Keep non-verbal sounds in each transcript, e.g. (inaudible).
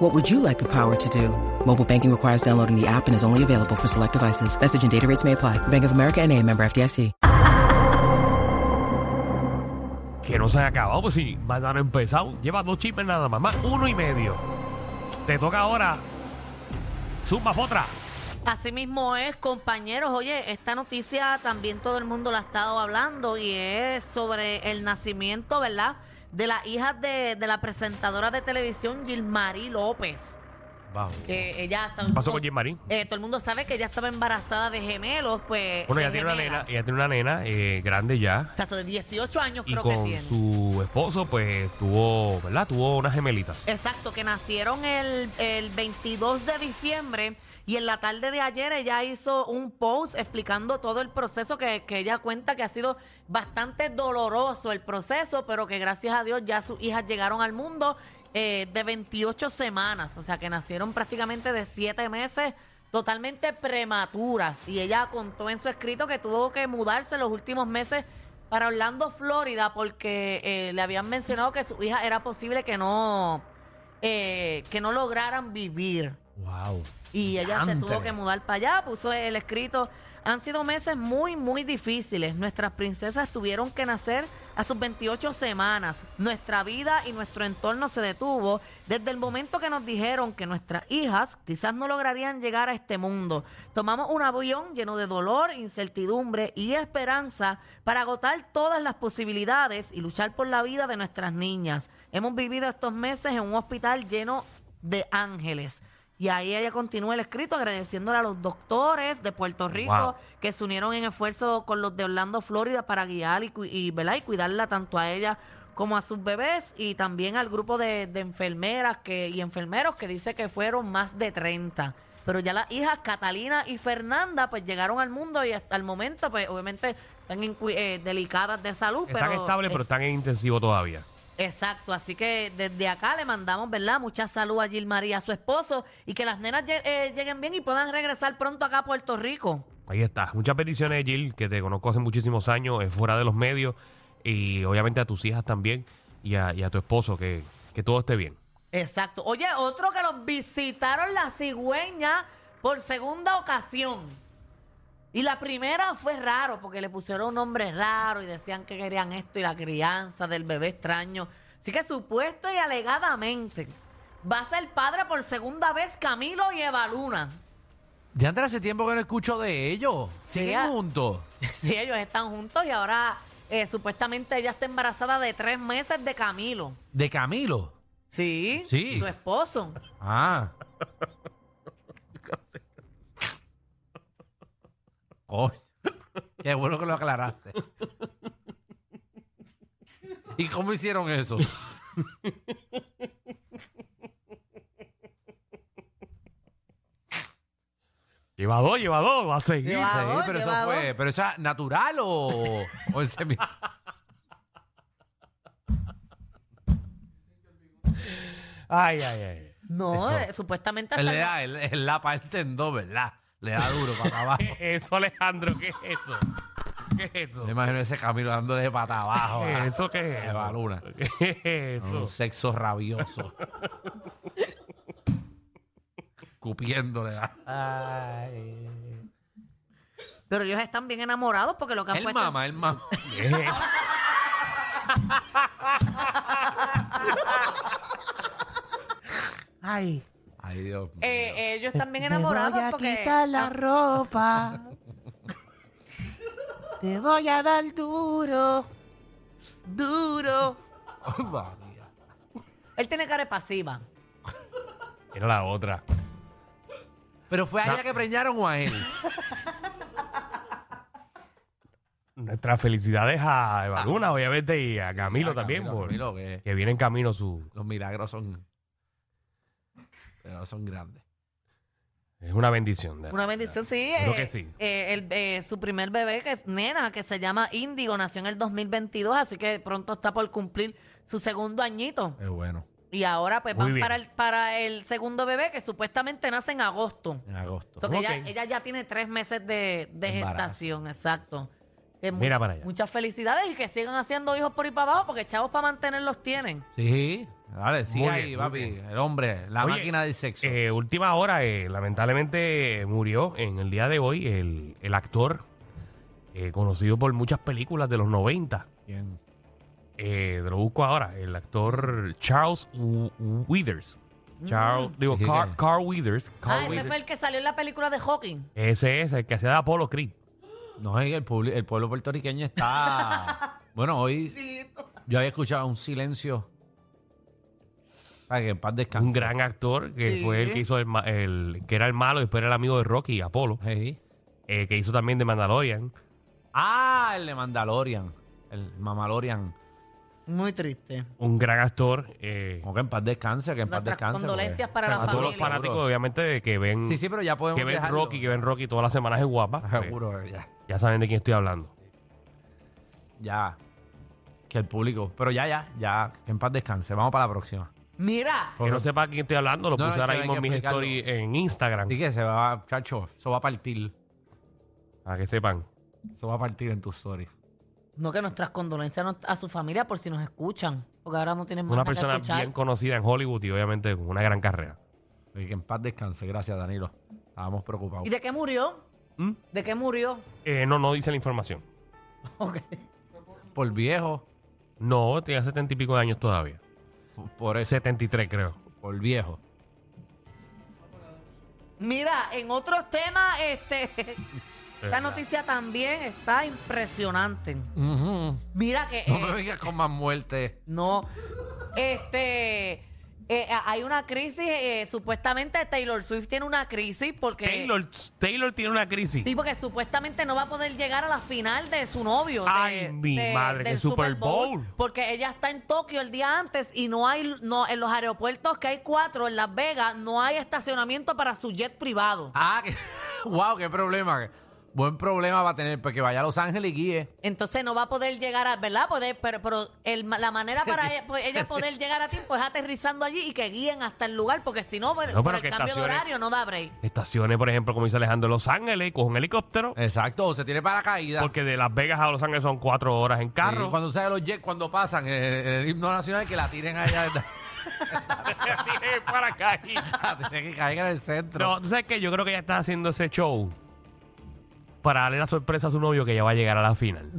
What would you like the power to do? Mobile banking requires downloading the app and is only available for select devices. Message and data rates may apply. Bank of America and a member FDIC. Que no se ha acabado, pues si más no ha empezado. Lleva dos chismes nada más, más uno y medio. Te toca ahora. Zumba potra. Así mismo es, compañeros. Oye, esta noticia también todo el mundo la ha estado hablando y es sobre el nacimiento, ¿verdad? De la hija de, de la presentadora de televisión Gilmarie López. Bajo. Que ella está. ¿Qué pasó con Gilmarie? Eh, todo el mundo sabe que ella estaba embarazada de gemelos, pues. Bueno, de ella tiene una gemelas. nena, ella tiene una nena eh, grande ya. Exacto, de 18 años Y creo que con tiene. su esposo, pues tuvo, ¿verdad? Tuvo unas gemelitas. Exacto, que nacieron el, el 22 de diciembre y en la tarde de ayer ella hizo un post explicando todo el proceso que, que ella cuenta que ha sido bastante doloroso el proceso, pero que gracias a Dios ya sus hijas llegaron al mundo eh, de 28 semanas, o sea que nacieron prácticamente de 7 meses totalmente prematuras y ella contó en su escrito que tuvo que mudarse los últimos meses para Orlando, Florida, porque eh, le habían mencionado que su hija era posible que no eh, que no lograran vivir. Wow. Y ella se tuvo Diantre. que mudar para allá, puso el escrito. Han sido meses muy, muy difíciles. Nuestras princesas tuvieron que nacer a sus 28 semanas. Nuestra vida y nuestro entorno se detuvo desde el momento que nos dijeron que nuestras hijas quizás no lograrían llegar a este mundo. Tomamos un avión lleno de dolor, incertidumbre y esperanza para agotar todas las posibilidades y luchar por la vida de nuestras niñas. Hemos vivido estos meses en un hospital lleno de ángeles. Y ahí ella continúa el escrito agradeciéndole a los doctores de Puerto Rico Wow. que se unieron en esfuerzo con los de Orlando, Florida, para guiar y, cu- y, ¿verdad? y cuidarla tanto a ella como a sus bebés y también al grupo de, de enfermeras que, y enfermeros que dice que fueron más de 30. Pero ya las hijas Catalina y Fernanda pues llegaron al mundo y hasta el momento pues obviamente están en cui- eh, delicadas de salud. Están pero, estables, pero están en intensivo todavía. Exacto, así que desde acá le mandamos, ¿verdad? Mucha salud a Gil María, a su esposo, y que las nenas lle- eh, lleguen bien y puedan regresar pronto acá a Puerto Rico. Ahí está. Muchas peticiones, Jill, que te conozco hace muchísimos años, es fuera de los medios. Y obviamente a tus hijas también y a, y a tu esposo, que, que todo esté bien. Exacto. Oye, otro que los visitaron la cigüeña por segunda ocasión. Y la primera fue raro, porque le pusieron un nombre raro y decían que querían esto y la crianza del bebé extraño. Así que supuesto y alegadamente va a ser padre por segunda vez Camilo y Eva Luna. Ya antes hace tiempo que no escucho de ellos. Sí, Siguen ya. juntos. Sí, ellos están juntos y ahora eh, supuestamente ella está embarazada de tres meses de Camilo. De Camilo. Sí. Sí. Su esposo. Ah. Coño. Qué bueno que lo aclaraste. ¿Y cómo hicieron eso? Lleva dos, lleva dos, va a seguir. Lleva- dos, pero lleva eso fue. ¿Pero eso era natural o, o en semi? Ay, ay, ay. No, eh, supuestamente hasta Él el le mo- da, él- él la parte en dos, ¿verdad? Le da duro para abajo. Eso, Alejandro, ¿qué es eso? ¿Qué es eso? Me imagino ese Camilo dándole para abajo. ¿Qué ¿verdad? es eso? ¿Qué es Eva eso? Luna. ¿Qué es Un eso? sexo rabioso. Cupiéndole. ¿verdad? Pero ellos están bien enamorados porque lo que han El puesto. mama, el mama. ¿Qué es eso? Ay, Dios mío. Eh, eh, ellos están bien enamorados porque. la ropa. Te voy a dar duro. Duro. Ay, María. Él tiene cara de pasiva. Era la otra. Pero fue a No. ella que preñaron o a él. Nuestras felicidades a Eva Luna, obviamente, y a Camilo Ah, también, por- Camilo, que que viene en camino su. los milagros son. Pero son grandes. Es una bendición. de- Una bendición, sí. Creo eh, que sí. eh, el, eh, su primer bebé, que es nena, que se llama Índigo, nació en el 2022, así que pronto está por cumplir su segundo añito. Es bueno. Y ahora pues Muy van bien. para el, para el segundo bebé, que supuestamente nace en agosto. En agosto. O sea, que ella, Ok. ella ya tiene tres meses de, de Embarazo. gestación, exacto. Que mu- Mira para allá. Muchas felicidades y que sigan haciendo hijos por ahí para abajo, porque chavos para mantenerlos tienen. Sí, dale, sí, Muy ahí, bien, muy papi. bien. El hombre, la Oye, máquina del sexo. Eh, última hora, eh, lamentablemente eh, murió en el día de hoy el, el actor eh, conocido por muchas películas de los 90. ¿Quién? Eh, lo busco ahora, el actor Charles W- Withers. Mm. Charles, digo, ¿Qué, Carl, qué? Carl Withers. Carl ah, ese Withers. fue el que salió en la película de Hawking. Ese es el que hacía de Apollo Creed. No es que el, publi- el pueblo puertorriqueño (laughs) está. bueno, hoy yo había escuchado un silencio. Para que en paz descanse. Un gran actor que Sí. fue el que hizo el, ma- el- que era el malo y después era el amigo de Rocky, Apolo, Sí. eh, que hizo también de Mandalorian. Ah, el de Mandalorian. El Mamalorian. Muy triste. Un gran actor. eh, Como que en paz descanse, que en paz Nuestras descanse. condolencias para la a todos los familia. fanáticos, obviamente, de que ven, Sí, sí, pero ya podemos que ven dejarlo. Rocky, que ven Rocky todas las semanas es guapa. pues, (laughs) Seguro, ya. ya saben de quién estoy hablando. Ya. Que el público. Pero ya, ya, ya. Que en paz descanse. Vamos para la próxima. Mira, Que no sepa de quién estoy hablando, lo No, puse no, ahora es que mismo en hay que mis explicarlo. stories en Instagram. Así que se va, chacho. Eso va a partir. Para que sepan. Eso va a partir en tus stories. no que nuestras condolencias no- a su familia por si nos escuchan, porque ahora no tienen más Una nada que persona escuchar. bien conocida en Hollywood y obviamente con una gran carrera. Y que en paz descanse. Gracias, Danilo. Estábamos preocupados. ¿Y de qué murió? ¿Mm? ¿De qué murió? (laughs) Eh, no, no dice la información. Ok. Por viejo. No, tiene setenta y pico de años todavía. Eh, Por eso. 73 creo. Por viejo. Mira, en otros temas, este, esta verdad. noticia también está impresionante. Ujú. Mira que No eh, me vengas con más muerte. No. Este. eh, a- hay una crisis. eh, supuestamente Taylor Swift tiene una crisis porque. Taylor, Taylor tiene una crisis. Sí, porque supuestamente no va a poder llegar a la final de su novio. de- Ay, mi de- madre, del qué Super Bowl. Porque ella está en Tokio el día antes y no hay. no En los aeropuertos, que hay cuatro, en Las Vegas, no hay estacionamiento para su jet privado. Ah, que, (laughs) wow, qué problema. Buen problema va a tener. Porque vaya a Los Ángeles y guíe. Entonces no va a poder llegar a, ¿verdad? Poder, pero pero el- la manera para ella, (laughs) pues, ella poder llegar a tiempo es aterrizando allí y que guíen hasta el lugar, porque si no, por, No, pero por el que cambio de estaciones- horario no da break. Estaciones, por ejemplo, como dice Alejandro, en Los Ángeles, coge un helicóptero. Exacto. O se tiene paracaídas. Porque de Las Vegas a Los Ángeles son cuatro horas en carro. (laughs) Y cuando ustedes los jets, cuando pasan el, el himno nacional, que la tiren allá. (laughs) Tiene paracaídas. la tiren que caiga en el centro. No, tú sabes que yo creo que ella está haciendo ese show para darle la sorpresa a su novio que ya va a llegar a la final.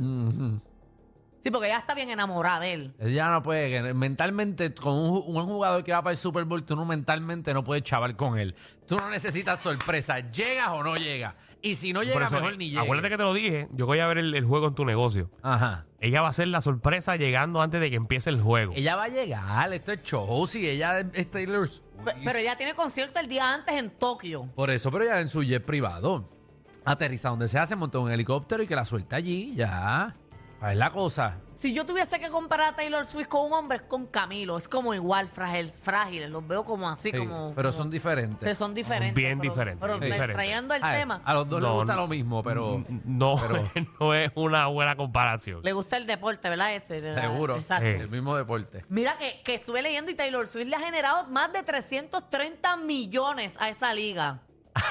Sí, porque ella está bien enamorada de él. Ella no puede, que mentalmente, con un, ju- un jugador que va para el Super Bowl, tú no mentalmente no puedes chaval con él. Tú no necesitas sorpresa, llegas o no llegas. Y si no Por llegas, eso, mejor eh, ni llegas. Acuérdate que te lo dije, yo voy a ver el, el juego en tu negocio. Ajá. Ella va a hacer la sorpresa llegando antes de que empiece el juego. Ella va a llegar, esto es show, si ella es- es Taylor Swift. Pe- Pero ella tiene concierto el día antes en Tokio. Por eso, pero ya en su jet privado. Aterriza donde sea, se montó en un helicóptero y que la suelta allí, ya. A ver la cosa. Si yo tuviese que comparar a Taylor Swift con un hombre, es con Camilo. Es como igual, frágil, frágiles. Los veo como así, Sí, como... pero como- son diferentes. Sí, son diferentes. Bien pero- diferentes, Pero bien me- diferentes. trayendo el A ver, tema, A los dos les No, gusta no. lo mismo, pero. No, pero- (laughs) no es una buena comparación. le gusta el deporte, ¿verdad? Ese, de la- Seguro. Exacto. Sí. El mismo deporte. (laughs) Mira que, que estuve leyendo y Taylor Swift le ha generado más de 330 millones a esa liga,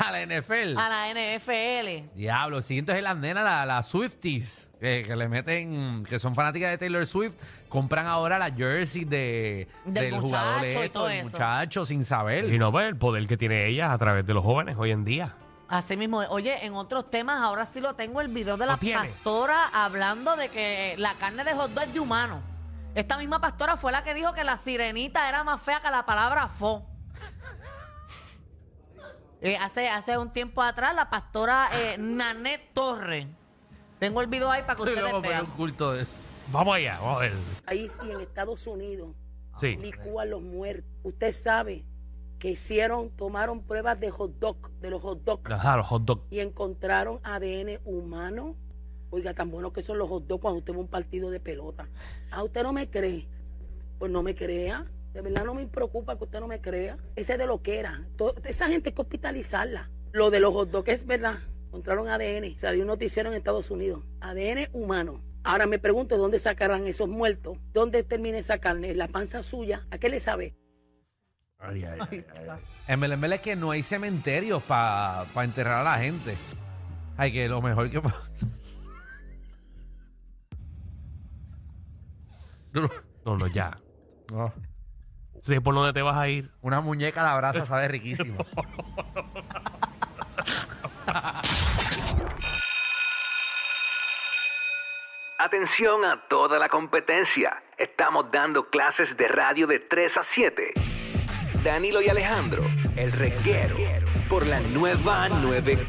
A la NFL. a la NFL. Diablo, el siguiente es las nenas, la- las Swifties, que, que le meten, que son fanáticas de Taylor Swift, compran ahora la jersey de, Del jugador muchacho y esto, todo del eso. muchacho, sin saber. Y no ve el poder que tiene ella a través de los jóvenes hoy en día. Así mismo, oye, en otros temas, ahora sí lo tengo, el video de ¿Lo la tiene? pastora hablando de que la carne de hot dog es de humano. Esta misma pastora fue la que dijo que la sirenita era más fea que la palabra fo. (laughs) Eh, hace, hace un tiempo atrás, la pastora eh, Nanette Torres. Tengo el video ahí para que (laughs) Y luego ustedes poner un vean. culto de eso. Vamos allá, vamos a ver. país y en Estados Unidos Sí. licúa los muertos. Usted sabe que hicieron, tomaron pruebas de hot dog, de los hot dogs, Ajá, los hot dogs. y encontraron ADN humano. Oiga, tan bueno que son los hot dogs cuando usted va a un partido de pelota. Ah, usted no me cree. Pues no me crea. De verdad no me preocupa que usted no me crea. Ese de lo que era. To- esa gente hay que hospitalizarla. Lo de los hot dogs es verdad. Encontraron ADN. Salió un noticiero en Estados Unidos. ADN humano. Ahora me pregunto dónde sacarán esos muertos. ¿Dónde termina esa carne? ¿En la panza suya? ¿A qué le sabe? Ay, ay, ay, ay. En Belén, Belén, es que no hay cementerios para enterrar a la gente. Ay, que lo mejor que. pa- Tú no- No, no, ya. no. Sé por dónde te vas a ir. Una muñeca a la brasa sabe riquísimo. Atención a toda la competencia. Estamos dando clases de radio de 3 a 7. Danilo y Alejandro, el reguero, por la nueva 9.